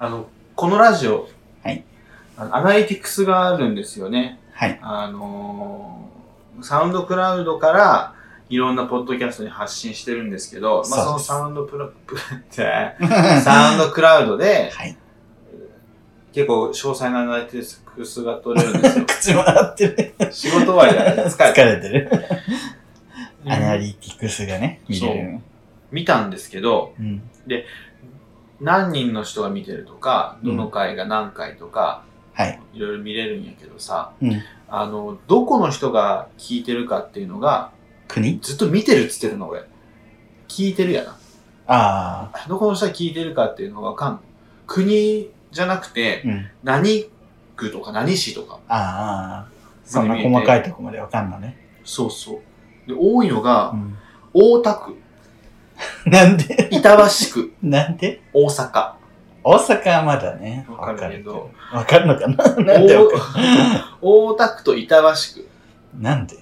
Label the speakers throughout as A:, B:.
A: あの、このラジオ、
B: はい
A: あのアナリティクスがあるんですよね。
B: はい。
A: あのーサウンドクラウドからいろんなポッドキャストに発信してるんですけど、まあ、そ
B: そう
A: の
B: です
A: サウンドプラ、プラって、
B: は
A: サウンドクラウドで
B: い。。
A: 結構詳細なアナリティクスが取れるんですよ
B: 口もらってる。
A: 仕事終わりじゃないですか。
B: 疲れてる。
A: うん
B: アナリティクスがね、見れる。
A: 見たんですけど、
B: うん。
A: 何人の人が見てるとか、どの回が何回とか、
B: はい。
A: いろいろ見れるんやけどさ、
B: うん
A: あの、どこの人が聞いてるかっていうのが、
B: 国
A: ずっと見てるっつってるの、俺。聞いてるやな。
B: ああ。
A: どこの人が聞いてるかっていうのがわかんない。国じゃなくて、
B: うん。
A: 何区とか何市とか。
B: ああ。そんな細かいとこまでわかんのね。
A: そうそう。で、多いのが、
B: うん。
A: 大田区、
B: なんで
A: 板橋 区、
B: なんで
A: 大阪。
B: 大阪はまだね。
A: わかるけど
B: わかるわかるのかななんでわかる
A: 大大田区と板橋区。
B: なんで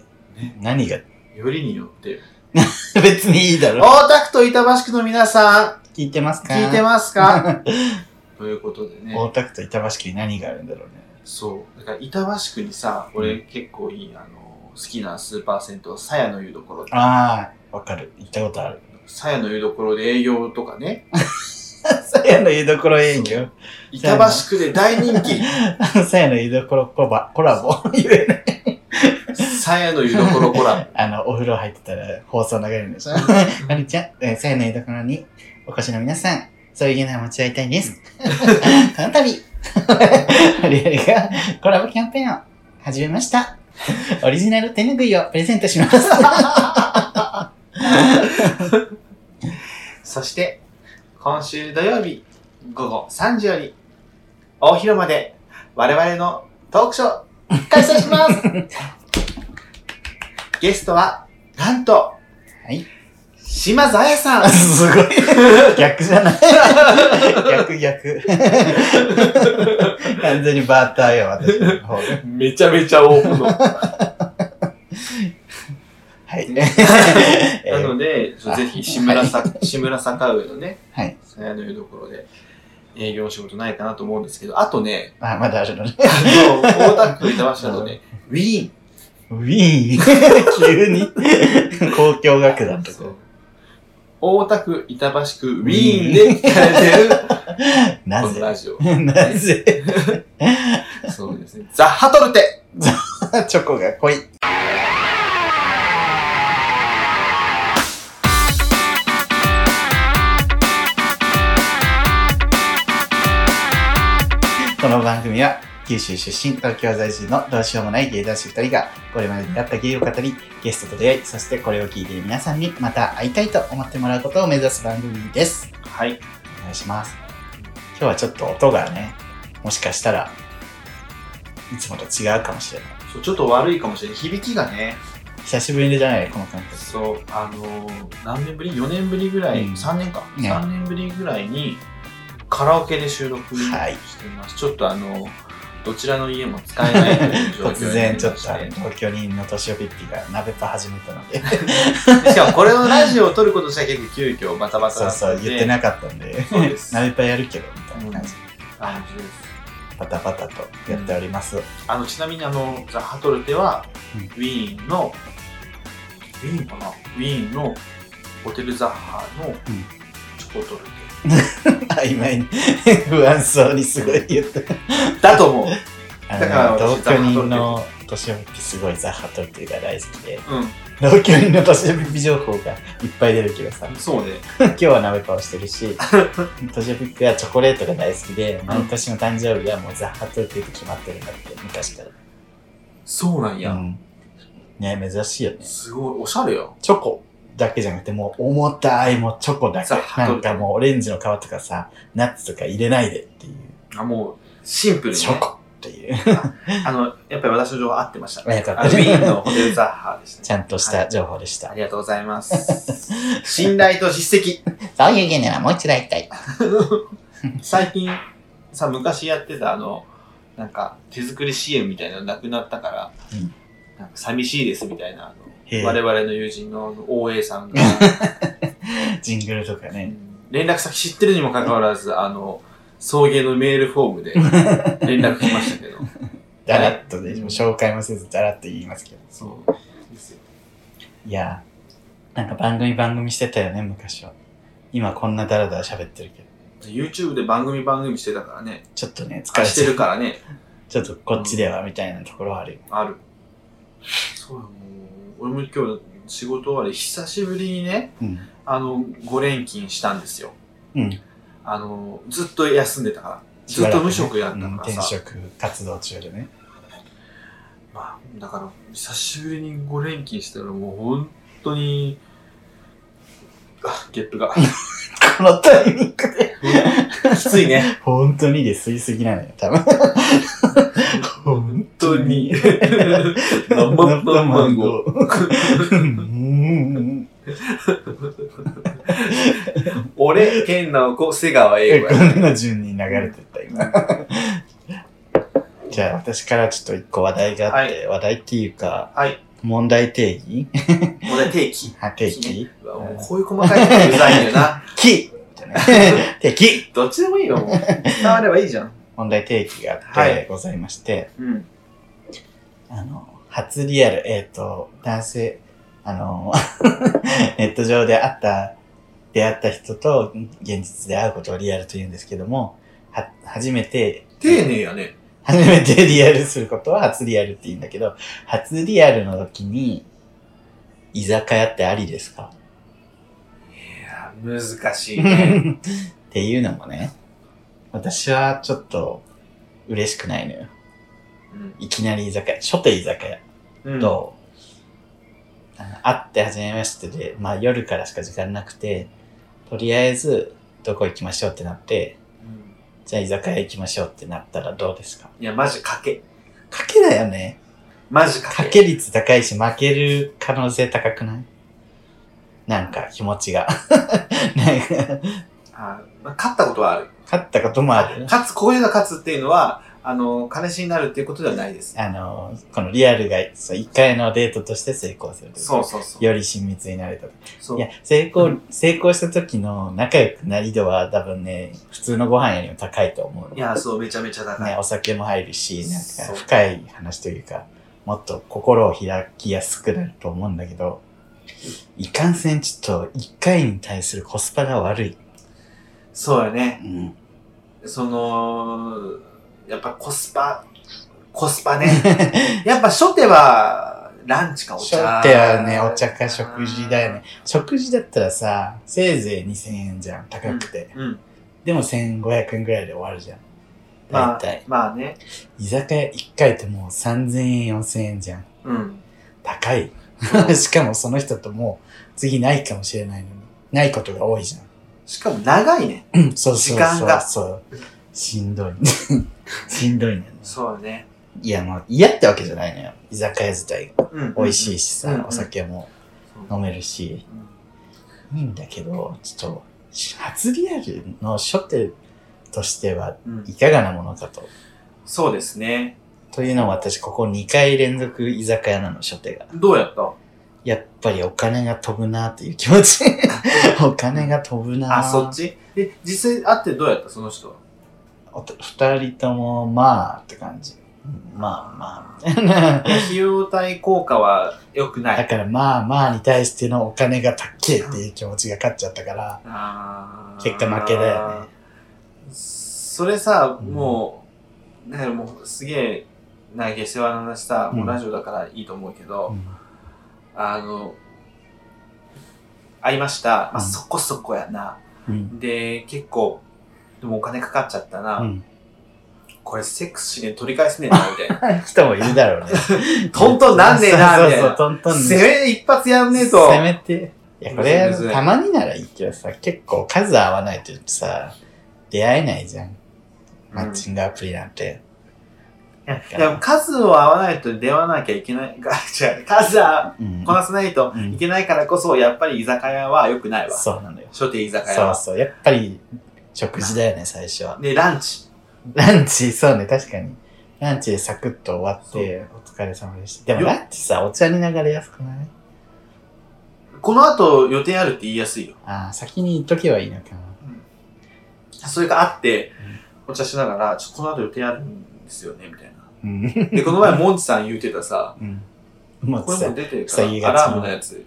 B: 何が
A: よりによって。
B: 別にいいだろ。
A: 大田区と板橋区の皆さ
B: 聞いてます
A: ん、
B: か
A: 聞いて
B: ま
A: ますか ということでね。
B: 大田区と板橋区に何があるんだろうね。
A: そう。だから板橋区にさ、俺結構いい、あの、好きなスーパー銭湯、さやの湯どころ。
B: ああ、わかる。行ったことある。
A: さやの湯どころで営業とかね。
B: さやの居所営業。
A: 板橋区で大人 気。
B: さやの居所コバコラボ。言えない
A: さやの湯どころコラ
B: あの、お風呂入ってたら放送流れるんでしょ。こんにちは。えーさやの居所にお越しの皆さん、そういうのを持ち合いたい です。この度、リアルがコラボキャンペーンを始めました。オリジナル手ぬぐいをプレゼントします。
A: ボ。そして、今週土曜日午後3時より、大広間で我々のトークショー、開催します ゲストは、なんと、
B: はい。
A: 島津彩さん
B: あすごい。逆じゃない。逆 逆。完全にバーターよ、私の方が。
A: めちゃめちゃ大物。
B: はい。え
A: な
B: ー
A: ので、
B: あ
A: ぜひ、志村さ、志村坂上の ね、
B: はい。
A: さやの湯どころで営業の仕事ないかなと思うんですけど、あと ね、
B: あ、まだあるのね。
A: あの、大田区板橋だとね、ウィーン。
B: ウィーン 急に 公共楽団とか。
A: 大田区、板橋区、ウィーンで聞かれてる、こ
B: な
A: の
B: ぜ
A: ラジ オ。
B: なぜ
A: そうですね。ザッハトルテ
B: チョコが濃い。この番組は九州出身、東京在住のどうしようもない芸男子2人がこれまで出会った芸を語り、ゲストと出会い、そしてこれを聞いている皆さんにまた会いたいと思ってもらうことを目指す番組です。
A: はい。
B: お願いします。今日はちょっと音がね、もしかしたらいつもと違うかもしれない。
A: そう、ちょっと悪いかもしれない。響きがね、
B: 久しぶりじゃないこの感覚。
A: そう、あのー、何年ぶり ?4 年ぶりぐらい、
B: うん
A: 3年か。
B: ね
A: 3年ぶりぐらいに、カラオケで収録してい
B: はい
A: ます。ちょっとあのー、どちらの家も使えないという状況
B: 突
A: になり
B: 然
A: ま
B: ちょっ
A: し
B: とあの
A: て
B: 東京人の年をピッピが鍋パ始めたので、
A: しかもこれのラジオを撮ることしたら結構急遽バタバタ
B: そ
A: だ
B: う
A: ったん
B: そう
A: で
B: 言ってなかったんで
A: そうで、す
B: 鍋パやるけどみたいな感じで、
A: 感じです
B: パタパタとやっております。
A: あのちなみにあのザ・ハトルテは、
B: うん
A: ウィーンのウィーンかなウィーンのホテルザッハのチョコトルテ、
B: 曖昧に不安そうにすごい言って。
A: だと思う、う
B: あ
A: だから
B: の
A: 私
B: 東京人の年をピッピすごいザッハトルテが大好きで、
A: ん、
B: 東京人の年をピッピ情報がいっぱい出るけどさ、
A: そうね
B: 今日は鍋パをして るし、トジョピックはチョコレートが大好きで、毎年の誕生日はもうザッハトルテって決まってるんだって、昔から。
A: そうなんや、
B: うんね珍しいよね。
A: すごいおしゃれよ
B: チョコだけじゃなくて、もう重たいもうチョコだけ
A: ザッ。ハ
B: な
A: トル
B: ん
A: テ
B: かもうオレンジの皮とかさ、ナッツとか入れないでっていう。
A: あもうシンプルに、
B: チ
A: ね
B: ョ、コっていう。
A: あのやっぱり私の情報合ってました
B: あよかっ た
A: あのウィーンのホテルザッハでした、ね、
B: ちゃんとした情報でした。
A: ありがとうございます 信頼と実績
B: そういう芸ならもう一度やりたい。
A: 最近さ昔やってたあのなんか手作り CM みたいなのなくなったから、
B: うん
A: なんか寂しいですみたいなあ
B: へえ
A: の我々の友人のあの OA さん が
B: ジングルとか
A: う
B: ね。
A: ん連絡先知ってるにもかかわらずあの送迎のメールフォーム で連絡来ましたけど。
B: だらっとで、紹介もせずだらっと言いますけど。
A: そうですよ。
B: いやー、なんか番組番組してたよね、昔は。今こんなだらだら喋ってるけど。
A: YouTube で番組番組してたからね。
B: ちょっとね、疲れ
A: 貸して
B: て
A: る
B: る。
A: からね。
B: ちょっとこっちではみたいなところはあるよ。
A: ある。そうよ、もう。俺も今日仕事終わり、久しぶりにね、
B: うん。
A: あの、5連勤したんですよ。
B: うん。
A: あの、ずっと休んでたから。ずっと無職やった
B: うん
A: から
B: 転
A: さ。
B: 職活動中でね。
A: まあ、だから、久しぶりに5連勤したらもう本当に、あ、ゲップが。
B: このタイミングで。
A: きついね。
B: 本当にで吸いすぎなのよ、多分。本
A: 本当に。。ナンバンバンマン ゴ
B: うん。
A: ー。俺、健直子、瀬川栄
B: え
A: 吾
B: こ
A: や。
B: んな順に流れてった、今。 じゃあ、私からちょっと一個話題があって、話題っていうか、
A: はい。
B: 問題定義
A: 俺、定期。
B: あ定義
A: うわもうこういう細かいことうざいんだよな。
B: き 定 義
A: どっちでもいいよ、もう。伝わればいいじゃん。
B: 問題定義があって、
A: はい
B: ございまして、
A: うん。
B: あの、初リアル、えっ、と、男性、あの、 ネット上で会った、出会った人と現実で会うことをリアルと言うんですけども、は、初めて、
A: 丁寧やね。
B: 初めてリアルすることは初リアルって言うんだけど、初リアルの時に、居酒屋ってありですか、
A: いや、難し
B: っていうのもね、私はちょっと嬉しくないのよ。いきなり居酒屋、初手居酒屋。
A: うん。
B: と、あの会って初めましてで、まあ夜からしか時間なくて、とりあえずどこ行きましょうってなって、
A: うん
B: じゃあ居酒屋行きましょうってなったらどうですか
A: いや、マジ賭け。
B: 賭けだよね。
A: マジ賭
B: 賭
A: け。
B: け率高いし負ける可能性高くないなんか気持ちが。 なんか
A: あまあ勝ったことはある。
B: 勝ったこともある。
A: 勝つ、こういうのが勝つっていうのは、あの、金しになるっていうことではないです。
B: あの、このリアルがそう一回のデートとして成功する。
A: そうそうそう。
B: より親密になれた
A: そう
B: いや、成功、成功した時の仲良くなり度は多分ね、普通のご飯よりも高いと思う。
A: いや、そう、めちゃめちゃ高い
B: ね、。お酒も入るし、なん
A: そう
B: か深い話というか、もっと心を開きやすくなると思うんだけど、いかんせんちょっと一回に対するコスパが悪い。
A: そうよね。
B: うん。
A: その、やっぱコスパ、コスパね。 やっぱ初手は、ランチかお
B: 初手
A: 茶。
B: はね、お茶か食事だよね。。食事だったらさ、せいぜい2000円じゃん、高くて。
A: うん。
B: でも1500円ぐらいで終わるじゃん。
A: ま
B: 大
A: あ
B: 体。、
A: まあね。
B: 居酒屋1回ってもう3000円、4000円じゃん。
A: うん。
B: 高い。
A: そう
B: しかもその人ともう次ないかもしれないのに、ないことが多いじ
A: しかも長いね。
B: ゃん。そうそうそう。
A: 時間が
B: そう。しんどい。 しんどいね。
A: そうよね。
B: いや、もう嫌ってわけじゃないのよ。居酒屋自体が
A: うん。
B: 美味しいしさ、
A: うんうん
B: お酒も
A: うん。
B: 飲めるし、
A: うん
B: いいんだけど、ちょっと、初リアルの初手としては
A: うん
B: いかがなものかと。
A: そうですね。
B: というのも私、ここ2回連続居酒屋なの、初手が。
A: どうやった
B: やっぱりお金が飛ぶなという気持 ち。お金が飛ぶな
A: あ、そっちで、実際会ってどうやったその人は。
B: おと二人とも、まあって感じ。うんまあまあ、みたいな。
A: 費用対効果は良くな
B: だ
A: い。
B: からまあまあに対してのお金が高えっていう気持ちが勝っちゃったから、
A: あー
B: 結果負けだよね。
A: それさ、
B: うん
A: もう、なんやろもうすげえ、ない下世話の話さ、もううんラジオだからいいと思うけど、
B: うん
A: あの、会いました。まあ、
B: うん
A: そこそこやな。
B: うん。
A: で、結構、でもお金かかっちゃったな。
B: うん。
A: これセックスしねえ取り返せねえな、みたいな。
B: 人もいるだろうね。
A: トントンなんねえな
B: そう
A: みたい
B: そうそ
A: な
B: う、トントン
A: せめ一発やんねえと。
B: せめて。いや、これ
A: むずいむず、い
B: たまにならいいけどさ、結構数合わないとさ、出会えないじゃん。マッチングアプリなんて。
A: いや数を合わないと出会わなきゃいけない。 が違う。数は
B: うん
A: こなせないと
B: うん
A: いけないからこそ、やっぱり居酒屋は良くないわ。
B: そうなのよ。
A: 初手居酒屋
B: そう
A: は。
B: そう。やっぱり、食事だよね、最初は。
A: で、ランチ。
B: ランチ、そうね、確かに。ランチでサクッと終わって、お疲れ様でした。でも
A: よ
B: ランチさ、お茶に流れやすくない
A: この後予定あるって言いやすいよ。
B: ああ、先に言っとけばいいのかな。
A: それがあって、お茶しながら、ちょっとこの後予定あるんですよね、みたいな。
B: うん。
A: で、この前、モンチさん言うてたさ、
B: うん。もう
A: これも出てるか
B: 塞ぎ
A: ら、ア
B: がちな
A: ラームのやつ。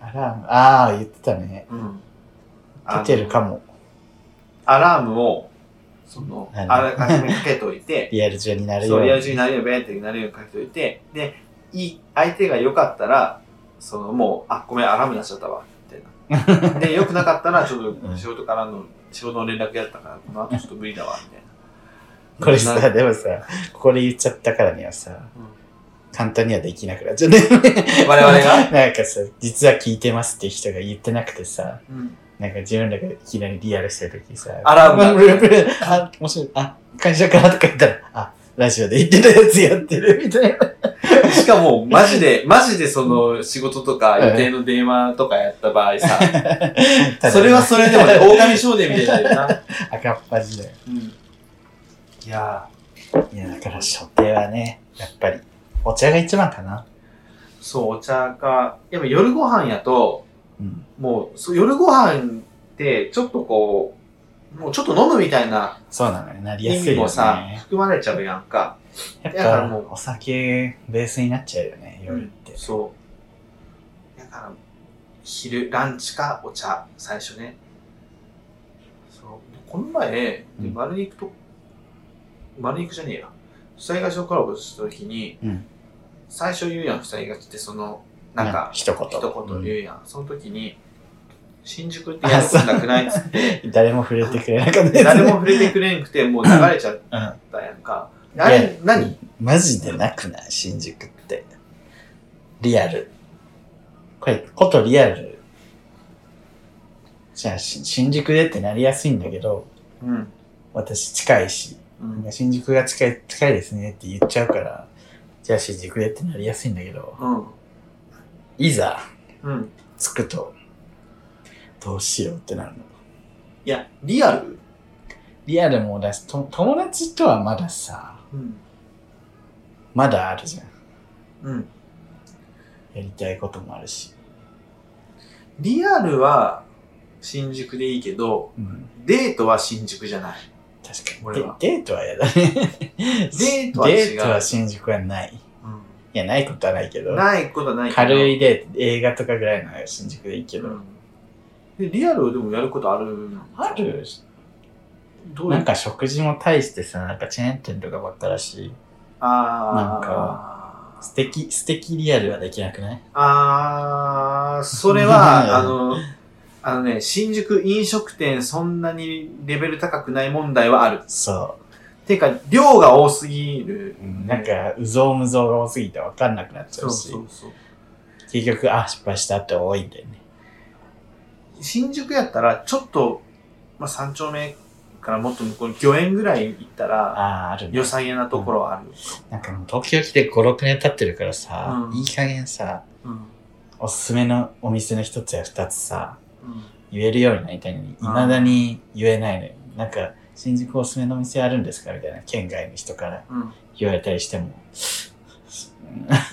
B: アラーム、ああ、言ってたね。
A: うん。
B: 出てるかも。
A: あの。アラームを、その、
B: あ
A: あ
B: の
A: らかじめかけておいて、
B: リアル中になるよ
A: そうう、
B: に。
A: リアル中になるように、ベーってなるように書いておいて、で、いい、相手が良かったら、その、もう、あ、ごめん、アラームになっちゃったわ、みたい な。で、良くなかったら、ちょっ
B: うん
A: と、仕事からの、仕事の連絡やったから、この後ちょっと無理だわ、みたいな。
B: これさ、
A: な
B: でもさ、ここで言っちゃったからにはさ、
A: うん
B: 簡単にはできなくなっちゃって。
A: 我々が、
B: なんかさ、実は聞いてますっていう人が言ってなくてさ、
A: うん
B: なんか自分らがいきなりリアルしてるときさ、
A: アラームが
B: ブルブルブルあ、もし、あ、会社からとか言ったら、あ、ラジオで言ってたやつやってるみたいな。
A: しかも、マジで、マジでその、仕事とか、予定の電話とかやった場合 さ、それはそれでもね、狼少年みたいになるよ な。
B: 赤っ端だよ。
A: うんいや
B: いや、だから初手はね、やっぱり、お茶が一番かな。
A: ー、そう、お茶か、やっぱ夜ご飯やと、
B: うん。
A: もうそう夜ご飯ってちょっとこうもうちょっと飲むみたいな
B: そうなのよ。なり
A: 意
B: やすい
A: 味
B: よ
A: もさ、
B: ね。
A: 含まれちゃうやんか
B: やっ
A: だからも
B: ぱ
A: う、
B: お酒ベースになっちゃうよね、夜って。
A: そうだから昼ランチかお茶最初ねそうこの前、
B: うん
A: 丸肉と丸肉じゃねえや夫妻がちのコラボした時に、
B: うん
A: 最初言うやん夫妻がちってそのなんか
B: 一言。
A: 一言言
B: う
A: うやん、その時に新宿ってやることなくないっつって
B: ん誰も触れてくれなかったやつ
A: 誰も触れてくれんくて、もう流れちゃっ
B: うん。
A: たやんか。あれ、何
B: マジでなくない新宿って。リアル。これ、ことリアル。じゃあ、し新宿でってなりやすいんだけど、
A: うん。
B: 私近いし、
A: うん。
B: 新宿が近い、近いですねって言っちゃうから、じゃあ新宿でってなりやすいんだけど、
A: うん。
B: いざ
A: うん。
B: 着くと、どうしようってなるの。
A: いや、リアル
B: リアルもだし、と友達とはまださ、
A: うん。
B: まだあるじゃん。
A: うん。
B: やりたいこともあるし。
A: リアルは新宿でいいけど、
B: うん。
A: デートは新宿じゃない。
B: 確か
A: 俺
B: に
A: は。
B: デデートは嫌だね。
A: デートは違う
B: デートは新宿はない。いや、ないことはないけ
A: う
B: ど
A: ん。。ないことはないけど。
B: 軽
A: い
B: いデート、映画とかぐらいの新宿でいいけ
A: けど。
B: ど。
A: うんでリアルでもやることあるの
B: ある
A: どうい
B: なん
A: う
B: か食事も大してさ、なんかチェーン店とかばっかだし、
A: あー。
B: なんか素敵、素敵リアルはできなくない
A: あー、それ は、あの、あのね、新宿飲食店そんなにレベル高くない問題はある。
B: そ
A: ていうか、量が多すぎる。
B: う。なんか、うぞうむぞうが多すぎて分かんなくなっちゃ
A: そうう
B: し、
A: そうそう。
B: 結局、あ、失敗したって多いんだよね。
A: 新宿やったら、ちょっと、まあ、三丁目からもっと向こうに御苑ぐらい行ったら、
B: ああ、あるね
A: 良。さげなところはある。
B: なんかもう東京来て5、6年経ってるからさ、
A: うん
B: いい加減さ、
A: うん。
B: おすすめのお店の一つや二つさ、
A: うん
B: 言えるようになりたいのに、未だに言えないのよ。なんか、新宿おすすめのお店あるんですかみたいな、県外の人から
A: うん。
B: 言われたりしても、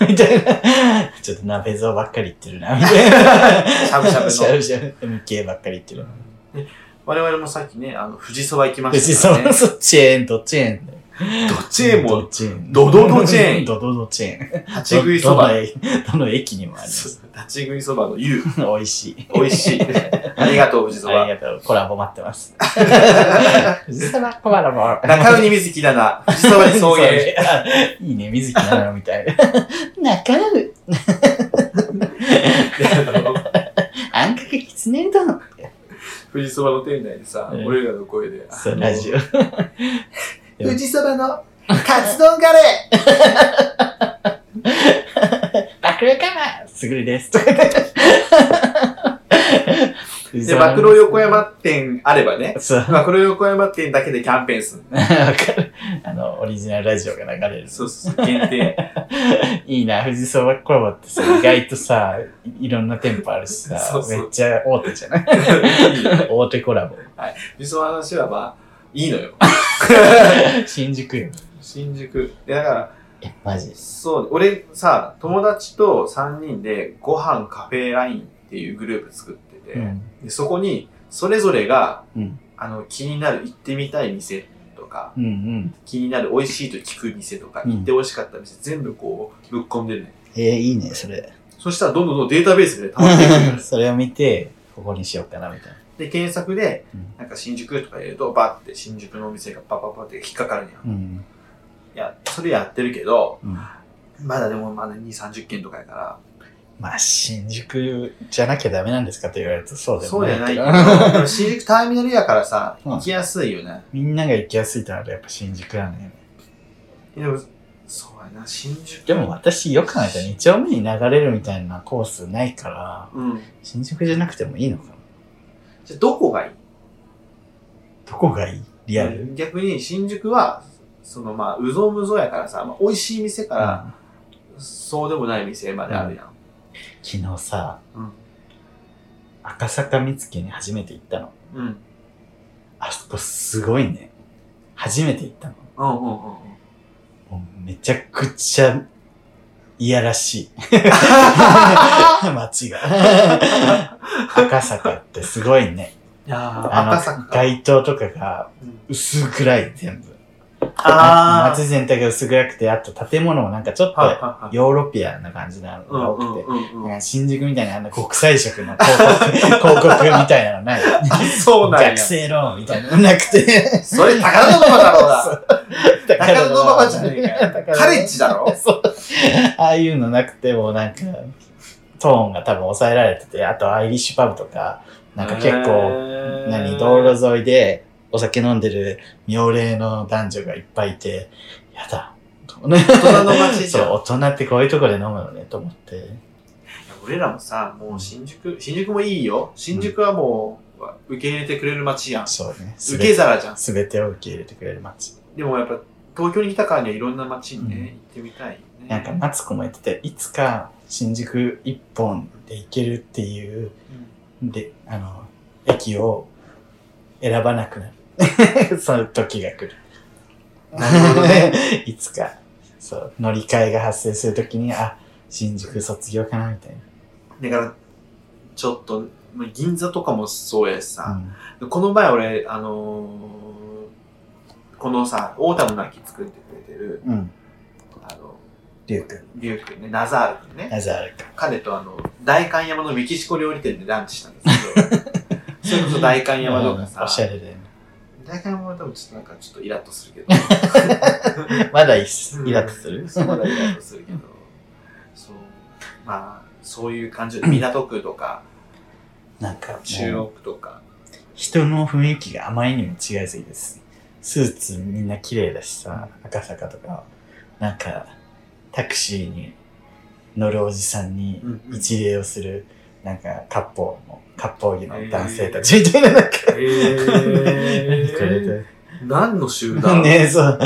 B: うんみたいな、ちょっと鍋蔵ばっかり言ってるな、みたいな。
A: しゃぶしゃぶの
B: し ゃぶしゃぶ。MK ばっかり言ってる。
A: で我々もさっきね、あの、富士そば行きま
B: うち
A: した
B: そ
A: から
B: の
A: ね。
B: そチェーンとチェーンだよ。
A: どっちへも、
B: チェーン
A: ドドドチェーン
B: ドドドチェーン。
A: 立ち食いそば。
B: どどのどの駅にもあります。
A: そう立ち食いそばの湯。
B: 美味しい。
A: 美味し い。ありがとう、富士そば
B: あり。がとう。コラボ待っ てます。藤沢コラボ。
A: 中海水木だな。藤沢に 送 迎。
B: そういいね、水木奈々みたいな。 中海、あんかけきつねうどん。
A: 富士そばの店内でさ、
B: うん
A: 俺らの声で。
B: そう、ラジオ。オ
A: 富士そばのカツ丼カレ ー
B: 爆露かますぐるです。とか言って
A: で、マクロ横。山店あればね。
B: そう。わ
A: マクロ横山店だけでキャンペーンする。
B: かる。あの、オリジナルラジオが流れる。
A: そうそうそう、限 定。
B: いいな、富士そばコラボってさ、意外とさ、いいろんな店舗あるしさ
A: そう、そう
B: めっちゃ大手じゃ ない大手コラボ。
A: 富士そばの話はまあ、いいのよ。
B: 新宿よ。
A: 新宿。で、だから、
B: え、マジ
A: そう、俺さ、友達と3人でご飯カフェラインっていうグループ作ってて、
B: うん。
A: でそこに、それぞれが、
B: うん
A: あの、気になる行ってみたい店とか、
B: うんうん。
A: 気になる美味しいと聞く店とか、
B: うん
A: 行って美味しかった店、全部こう、ぶっ込んでるね。
B: えー、いいね、それ。
A: そしたらどんどんどんどんデータベースで溜まっていくる
B: それを見て、ここにしようかな、みたいな。
A: で、検索で
B: うん、
A: なんか新宿とか入れると、バッて新宿のお店がパッパッパって引っかかるにゃん。い
B: うん。
A: や、それやってるけど、
B: うん、
A: まだでもまだ2、30件とかやから、
B: まあ、新宿じゃなきゃダメなんですかと言われると、そうで
A: そ
B: も
A: う
B: な
A: じ
B: い
A: ゃない
B: け
A: け
B: ど。
A: ど、でも新宿ターミナルやからさ、
B: うん
A: 行きやすいよね。
B: みんなが行きやすいとなると、やっぱ新宿なんだよね。
A: でも、そうやな、新宿。
B: でも、私、よく考えたら2丁目に流れるみたいなコースないから、
A: うん。
B: 新宿じゃなくてもいいのかな。
A: じゃあどこがいい
B: どこがいいリアル、
A: 逆に新宿は、そのまあ、うぞうむぞうやからさ、まあ、美味しい店から、そうでもない店まであるやん。
B: 昨日さ、
A: うん。
B: 赤坂見附に初めて行ったの。
A: うん。うん
B: あそこすごいね。初めて行ったの。
A: うんうんうん。
B: もうめちゃくちゃ、いやらし い。街が。赤坂ってすごいね。
A: いやー
B: あの
A: 赤坂か。
B: 街灯とかが
A: うん
B: 薄暗い、全部。
A: あー。
B: 街全体が薄暗くて、あと建物もなんかちょっ
A: はい
B: と
A: はいはい。
B: ヨーロピアンな感じなの
A: うん
B: が多
A: う
B: く
A: ん
B: て。
A: うんうん
B: なんか新宿みたいなあの国際色の広告 広告みたいなのない。
A: あそうなんや
B: 学。生ローンみたいなのなくて。
A: それ宝の馬だろう
B: そ
A: が。宝の馬じゃねえかよ。カレッジだろ
B: そう。ああいうのなくても、なんか、トーンが多分抑えられてて、あとアイリッシュパブとか、なんか結構、
A: 構
B: 何、道路沿いでお酒飲んでる妙齢の男女がいっぱいいて、やだ。
A: 大人の街じ
B: そ
A: ゃ
B: う、
A: ん。
B: 大人ってこういうとこで飲むのね、と思って。
A: 俺らもさ、もう新宿、新宿もいいよ。新宿はもう、受け入れてくれる街やん。
B: そうね。す
A: 受け
B: べ
A: 皿じゃん。
B: すべてを受け入れてくれる街。
A: でもやっぱ、東京に来たからにはいろんな街に
B: うん
A: ね、行ってみたいよね。
B: なんか、マツコも言ってて、いつか新宿一本で行けるっていうで、あの、駅を選ばなくなる。 その時が来る。
A: なるほどね
B: いつか、そう、乗り換えが発生するときに、あ、新宿卒業かな、みたい
A: だから、ちょっと、まあ銀座とかもそうやしさ、
B: な。うん
A: この前俺、あのーこのさ、オータムの秋作ってくれてる、
B: うん。
A: あの、
B: りゅうくん。
A: リュウ君ね、ナザール君ね。
B: なぜあるか。
A: 彼とあの、代官山のメキシコ料理店でランチしたんで すけど、それこそ代官山とか
B: うんお
A: さ、
B: しゃれだよね。
A: 代官山は多分ちょっとなんかちょっとイラッとするけど、
B: まだいっす イラッとする
A: そうまだイラッとするけど、そう、まあ、そういう感じで、港区とか、
B: なんか
A: 中
B: もう、
A: 央区とか、
B: 人の雰囲気があまりにも違いすぎです。スーツみんな綺麗だしさ、赤坂とか、なんか、タクシーに乗るおじさんに、
A: うんうん
B: 一礼をする、なんか、割烹の、割烹着の男性たちみたいな、なんか、
A: え
B: 何これ
A: ー、何の集団
B: ねえ、そう。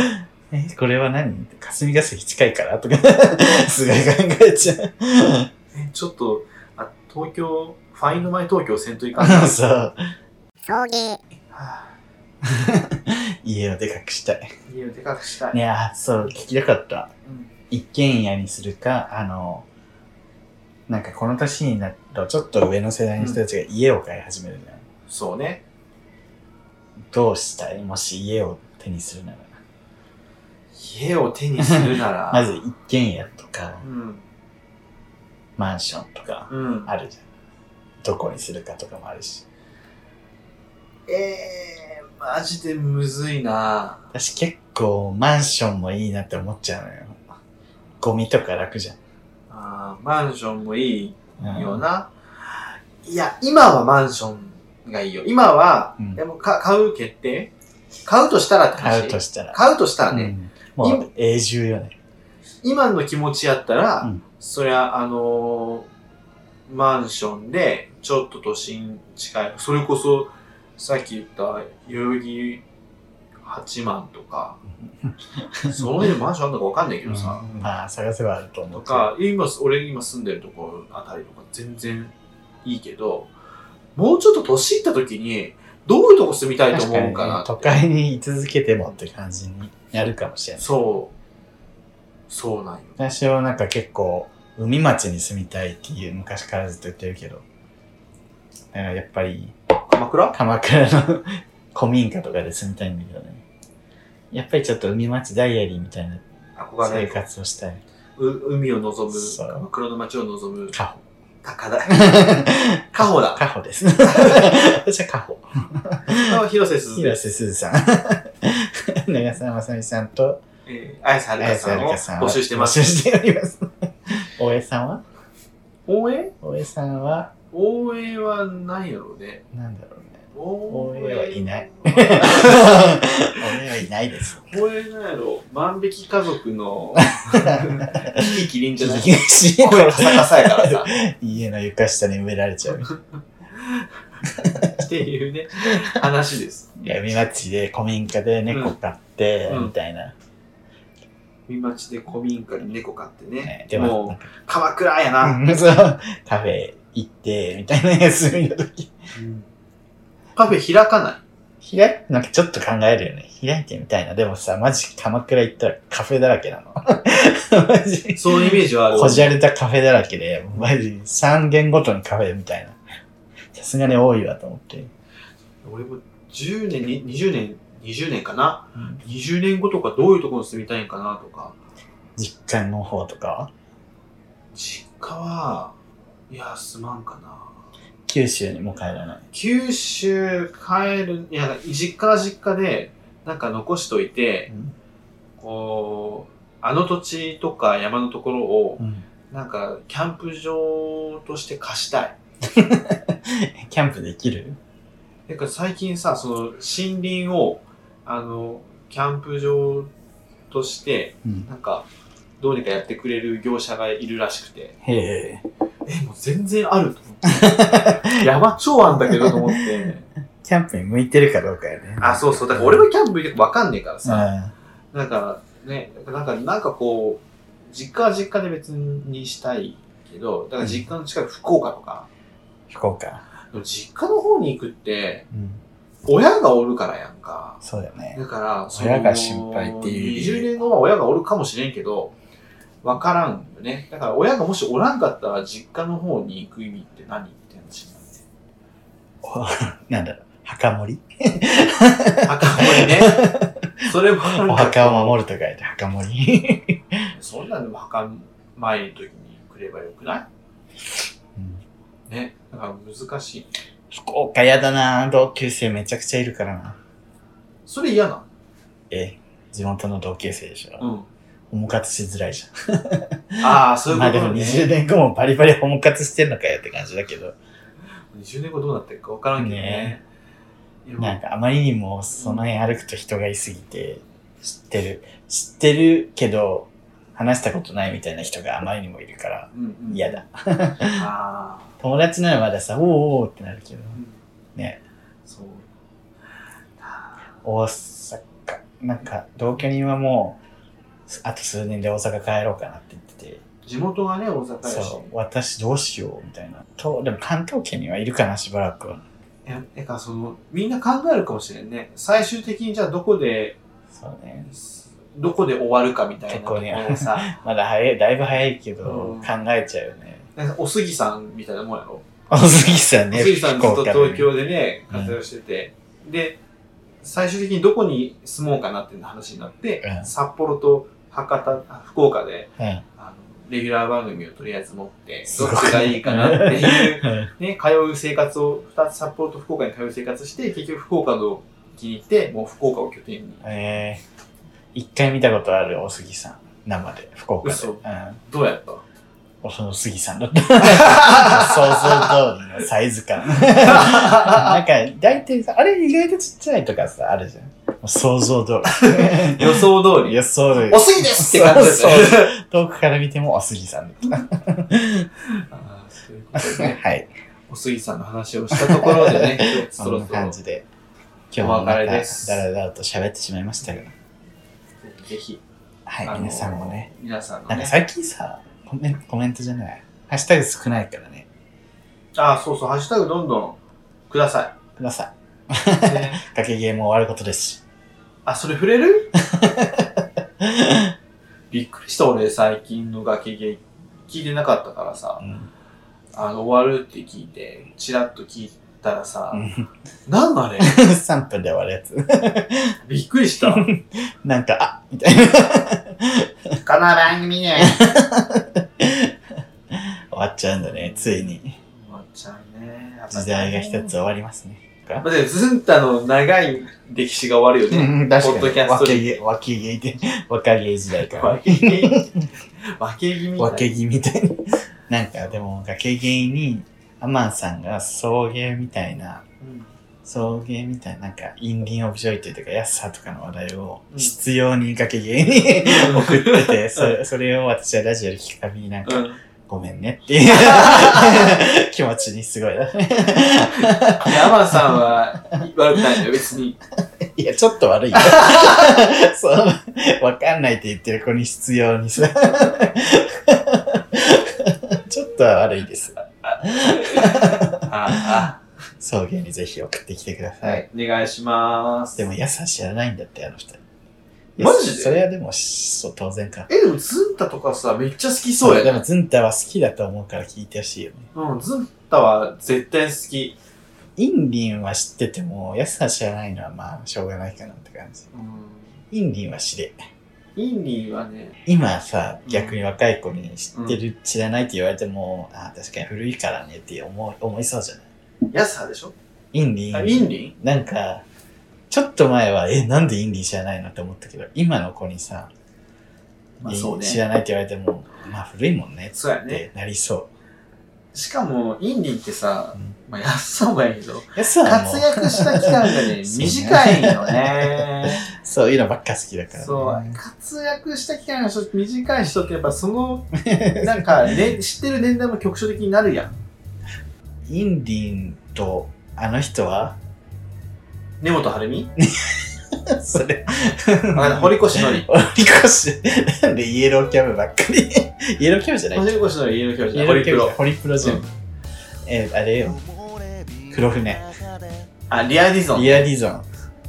B: え、これは何霞が関近いからとか、 すごい考えちゃ
A: えちょっと、あ、東京、ファインドマイ東京せんとい かん
B: う。
A: な。
B: そう。
A: はあ
B: 家をでかくしたい。
A: 家をでかくしたい。
B: ねあ、そう、聞きたかった。
A: うん
B: 一軒家にするか、あの、なんかこの年になると、ちょっと上の世代の人たちが家を買い始めるじゃん。
A: そうね。
B: どうしたいもし家を手にするなら。
A: 家を手にするなら、
B: まず一軒家とか
A: う、ん、
B: マンションとか、
A: うん。
B: あるじゃん。どこにするかとかもあるし。
A: えー、マジでむずいな
B: 私結構マンションもいいなって思っちゃうのよ。ゴミとか楽じゃん。
A: あーマンションもい
B: うん
A: いよな。いや、今はマンションがいいよ。今は、
B: うん
A: でもか買う決定買うとしたらって話
B: 買うとしたら。
A: 買うとしたらね、
B: うんもう永住よね。
A: 今の気持ちやったら、
B: うん
A: そりゃ、あのーマンションで、ちょっと都心近い。それこそ、さっき言った、代々木8万と か、その辺にマンションあんのかわかんないけどさ、
B: うんまあ探せばあると思
A: と
B: うけど。
A: か、今、俺今住んでるところあたりとか全然いいけど、もうちょっと年いった時に、どういうとこ住みたいと
B: 確か
A: 思
B: に
A: うかなって
B: 都会に居続けてもって感じになるかもしれない。
A: そう。そうなんよ。
B: 私はなんか結構、海町に住みたいっていう昔からずっと言ってるけど、だからやっぱり、
A: 鎌倉
B: 鎌倉の古民家とかで住みたいんだけどね。やっぱりちょっと海町ダイアリーみたいな
A: 憧れ
B: 生
A: る
B: 活をしたい。
A: う海を望む
B: そう
A: 鎌倉の街を望む
B: カホ。
A: 高 台カホだ
B: カホです。私はカホ。
A: あ広瀬すずで
B: 広
A: す、
B: 瀬すずさん。 長澤まさみさんと、
A: えー、綾瀬はるか
B: 綾瀬
A: さ
B: は
A: ん
B: る
A: を
B: かさんは
A: 募集してます
B: 募集しております。大江さんは
A: 応援
B: 大江さんは、
A: 応援はないやろうね
B: なんだろうね。
A: 応
B: 大江はいない 大江はいないです。
A: 応援なんやろ万引き家族 のキキキリンじゃない声
B: 声
A: カサカサやからさ
B: 家の床下に埋められちゃう。
A: っていうね話です
B: 闇町で古民家で猫飼って、
A: うん
B: みたいな。
A: 海町で古民家に猫飼ってね
B: ね、でも、な
A: も
B: ん
A: う鎌倉やな、
B: かうん そうカフェ行って、みたいな休みの時。
A: カフェ開かない
B: 開いなんかちょっと考えるよね。開いてみたいな。でもさ、マジ鎌倉行ったらカフェだらけな の。マジ。
A: そういうイメージはある
B: こじゃれたカフェだらけで、マジ3軒ごとにカフェみたいな。さすがに多いわと思って。
A: 俺も10年に20年20年かな20年後とかどういうところに住みたいんかなとか
B: 実家の方とかは
A: 実家はいやすまんかな
B: 九州にも帰らない。
A: 九州帰るいや実家は実家でなんか残しといてこうあの土地とか山のところを
B: うん
A: なんかキャンプ場として貸したい
B: キャンプできる
A: なんか最近さその森林をあのキャンプ場として
B: うん。
A: なんかどうにかやってくれる業者がいるらしくて
B: へえ。
A: えもう全然あると思って 山超あんだけどと思って
B: キャンプに向いてるかどうかよね。
A: あそうそうだから俺がキャンプ行ってわかんねえからさ、
B: さ、
A: なんかね、なんか、なんかこう、実家は実家で別にしたいけど、だから実家の近く福岡とか、
B: 福岡。
A: でも実家の方に行くって、
B: うん。
A: 親がおるからやんか。
B: そうだよね。
A: だから、その
B: 親が心配っていう理由
A: 20年後は親がおるかもしれんけど、わからんよね。だから親がもしおらんかったら実家の方に行く意味って何って話になって。
B: おなんだろう、墓守
A: 墓守 ね。それもなんか
B: お墓を守ると書いて墓守、
A: そんなの墓参りの時に来ればよくない
B: うん
A: ね。だから難しい。
B: 福岡やだな同級生めちゃくちゃいるからな。
A: それ嫌な
B: え、地元の同級生でしょ。
A: の。
B: ホモ活しづらいじ
A: うん。ああ、
B: ゃ。
A: そうんいう
B: まあ
A: こ
B: で
A: と
B: も
A: ね。
B: 20年後もバリバリホモ活してんのかよって感じだけど、
A: 20年後どうなってるか分からんけどね。いや
B: なんかあまりにもその辺歩くと人がいすぎて、知ってる、知ってるけど、話したことないみたいな人があまりにもいるから、
A: うんうん
B: 嫌。だ。
A: ああ。
B: 友達ならまださ、おーおーってなるけど。
A: うん
B: ね。
A: そう。
B: 大阪なんか同居人はもうあと数年で大阪帰ろうかなって言ってて、
A: 地元がね、大阪やし
B: そ。う私どうしようみたいなとでも関東圏にはいるかなしばらくは
A: え、なんかその、みんな考えるかもしれんね。最終的にじゃあどこで、
B: そうね
A: どこで終わるかみたいなところ
B: 結構
A: を さ、
B: まだ早いだいぶ早いけど、
A: うん
B: 考えちゃうよね
A: なんかお杉さんみたいなもんやろ。
B: お杉さ
A: お
B: んね
A: 杉さんずっと東京でね、
B: うん
A: 活躍してて。で、最終的にどこに住もうかなっていう話になって、
B: うん
A: 札幌と博多、あ福岡で、
B: 福岡
A: あの、レギュラー番組をとりあえず持って、
B: す
A: ど
B: ご
A: っ
B: い
A: ちがいいかなっていう、
B: うん、うん
A: ね、 通う生活を、二つ札幌と福岡に通う生活して、結局福岡の気に入って、もう福岡を拠点に。
B: えー一回見たことあるお杉さん生で福岡で、
A: 嘘
B: うん、
A: どうやった
B: おその杉さんだった 想像通りのサイズ感 なんか、大体さ、あれ意外とちっちゃいとかさ、あるじゃん。もう想像通
A: 予想通
B: り。
A: り。
B: 予想通り
A: お。すぎですって感じだ
B: そう
A: った
B: そ
A: よね。
B: 遠くから見ても、おすぎさんだっ
A: あーそういうこ
B: た。
A: と でね
B: はい。
A: おすぎさんの話をしたところで ね、そ
B: そ
A: ろ
B: んな
A: そろ
B: 感、じで。今日も
A: お
B: なん
A: 別
B: か、
A: れです
B: だらだらと喋ってしまいましたが。
A: ぜひ、あ
B: は
A: の
B: い、皆さんもね。。
A: 皆さんの
B: なんか
A: ね。
B: 最近さ、コメント、コメントじゃない。ハッシュタグ少ないからね。
A: ああ、そうそう、ハッシュタグどんどんくださ
B: ください。
A: い。ね
B: 掛けゲーム終わることですし。
A: あ、それ触れるびっくりした俺最近の崖ゲ聞いてなかったからさ
B: う、ん。
A: あの終わるって聞いて、チラッと聞いったらさ、
B: うん
A: なんあれ
B: 3分で終わるやつ。
A: びっくり した。
B: なんか、あみたいな。終
A: この番組ね。
B: わっちゃうんだね、ついに。
A: 終わっちゃうね。やっぱね
B: 時代が一つ終わりますね。
A: まあ、でもズンタの長い歴史が終わるよね。
B: うん、確
A: ポッドキ
B: かに。
A: ャスト
B: 若
A: に
B: 気、若気で、若気時代から。
A: 分け気味。分け気味だ
B: 分け気みたいな。なんかでも、崖芸に、アマンさんが送迎みたいな、
A: うん
B: 送迎みたいな、なんか、インディン・オブ・ジョイというとか、安さとかの話題を
A: う、ん
B: 必要に崖 芸に送ってて、それそれを私はラジオで聞くたびになんか、
A: うん。
B: ごめんねっていう 気持ちにすごいな。
A: 山さんは悪くないんだよ、別に。
B: いや、ちょっと悪いよ。 そう、わかんないって言ってる子に必要にさ。 ちょっとは悪いです。
A: あ
B: 送迎にぜひ送ってきてくだ
A: あ、
B: さい。
A: はい。お願いします。
B: でも、やさ知らないんだって、あの二人。
A: マジで
B: それはでも、そう、当然か。
A: え、でもズンタとかさ、めっちゃ好きそうや
B: で
A: ね。
B: も、ズンタは好きだと思うから聞いてほしいよね。
A: うん、ズンタは絶対好き。
B: インディンは知ってても、やさ知らないのは、まあ、しょうがないかなって感じ。
A: うん。
B: インディンは知れ。
A: インディはね、
B: 今さ
A: うん
B: 逆に若い子に知ってる、知らないって言われてもあ確かに古いからねって思い思いそうじゃない
A: ヤスハでしょ
B: インディ
A: あ、
B: ー
A: インディ
B: なんかちょっと前はえなんでインディー知らないのって思ったけど今の子にさ、
A: まあそうね
B: インディー知らないって言われてもまあ古いもんねっ
A: そうやね。
B: てなりそ
A: しかも、インディってさ
B: うん、
A: まあ、ヤスハもやけど、
B: ういやそうな の
A: 活躍した期間 がね、
B: そうね
A: 短いよね。
B: そういうのばっか好きだから、ね、
A: そう、活躍した期間が短い人ってやっぱそ の、なんか、ね、知ってる年代も局所的になるやん。
B: インディーとあの人は
A: 根本晴美
B: それ
A: あ堀越の り。
B: 堀越なんでイエローキャブばっかり イエローキャブじゃないっけ
A: 堀越のり家の教授、
B: ホ
A: 堀
B: リ
A: プロ。
B: ホリプロじゃん。
A: うん
B: えーあれよ。黒船。
A: あ、リアディゾン。
B: リアリゾン。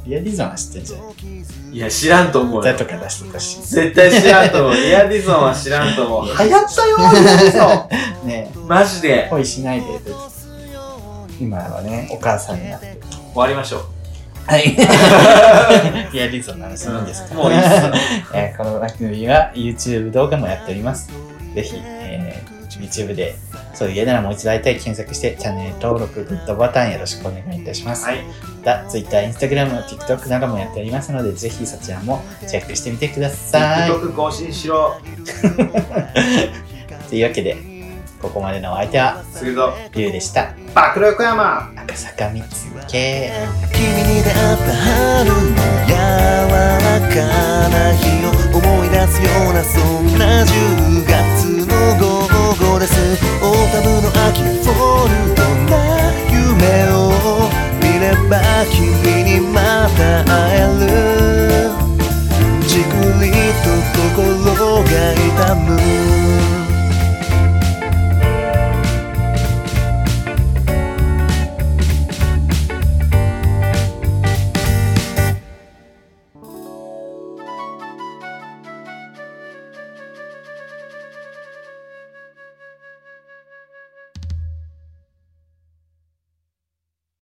B: リアリゾンは知ってんじゃん。
A: いや、知らんと思う
B: 歌
A: よ。
B: とか出してたし。
A: 絶対知らんと思う。リアディゾンは知らんと思う。流行ったよ、リアディゾ
B: ね
A: ン。マジ
B: え、
A: で。
B: 恋しないで。今はね、お母さんになってる。
A: 終わりましょう。
B: はい。 リアリゾンの話いいんですか、
A: もういいっす。
B: えーこの番組は YouTube 動画もやっております。ぜひ、えー YouTube で、そういう家ならもう一度会いたい検索して、チャンネル登録、グッドボタンよろしくお願いいたします。
A: はい。
B: また Twitter、Instagram、TikTok などもやっておりますので、ぜひそちらもチェックしてみてください。
A: TikTok 更新しろ。
B: というわけで、ここまでのお相手は、
A: するぞ。
B: ゆうでした。
A: 爆力山。
B: 赤坂みつけ。
C: 君に出会った春の柔らか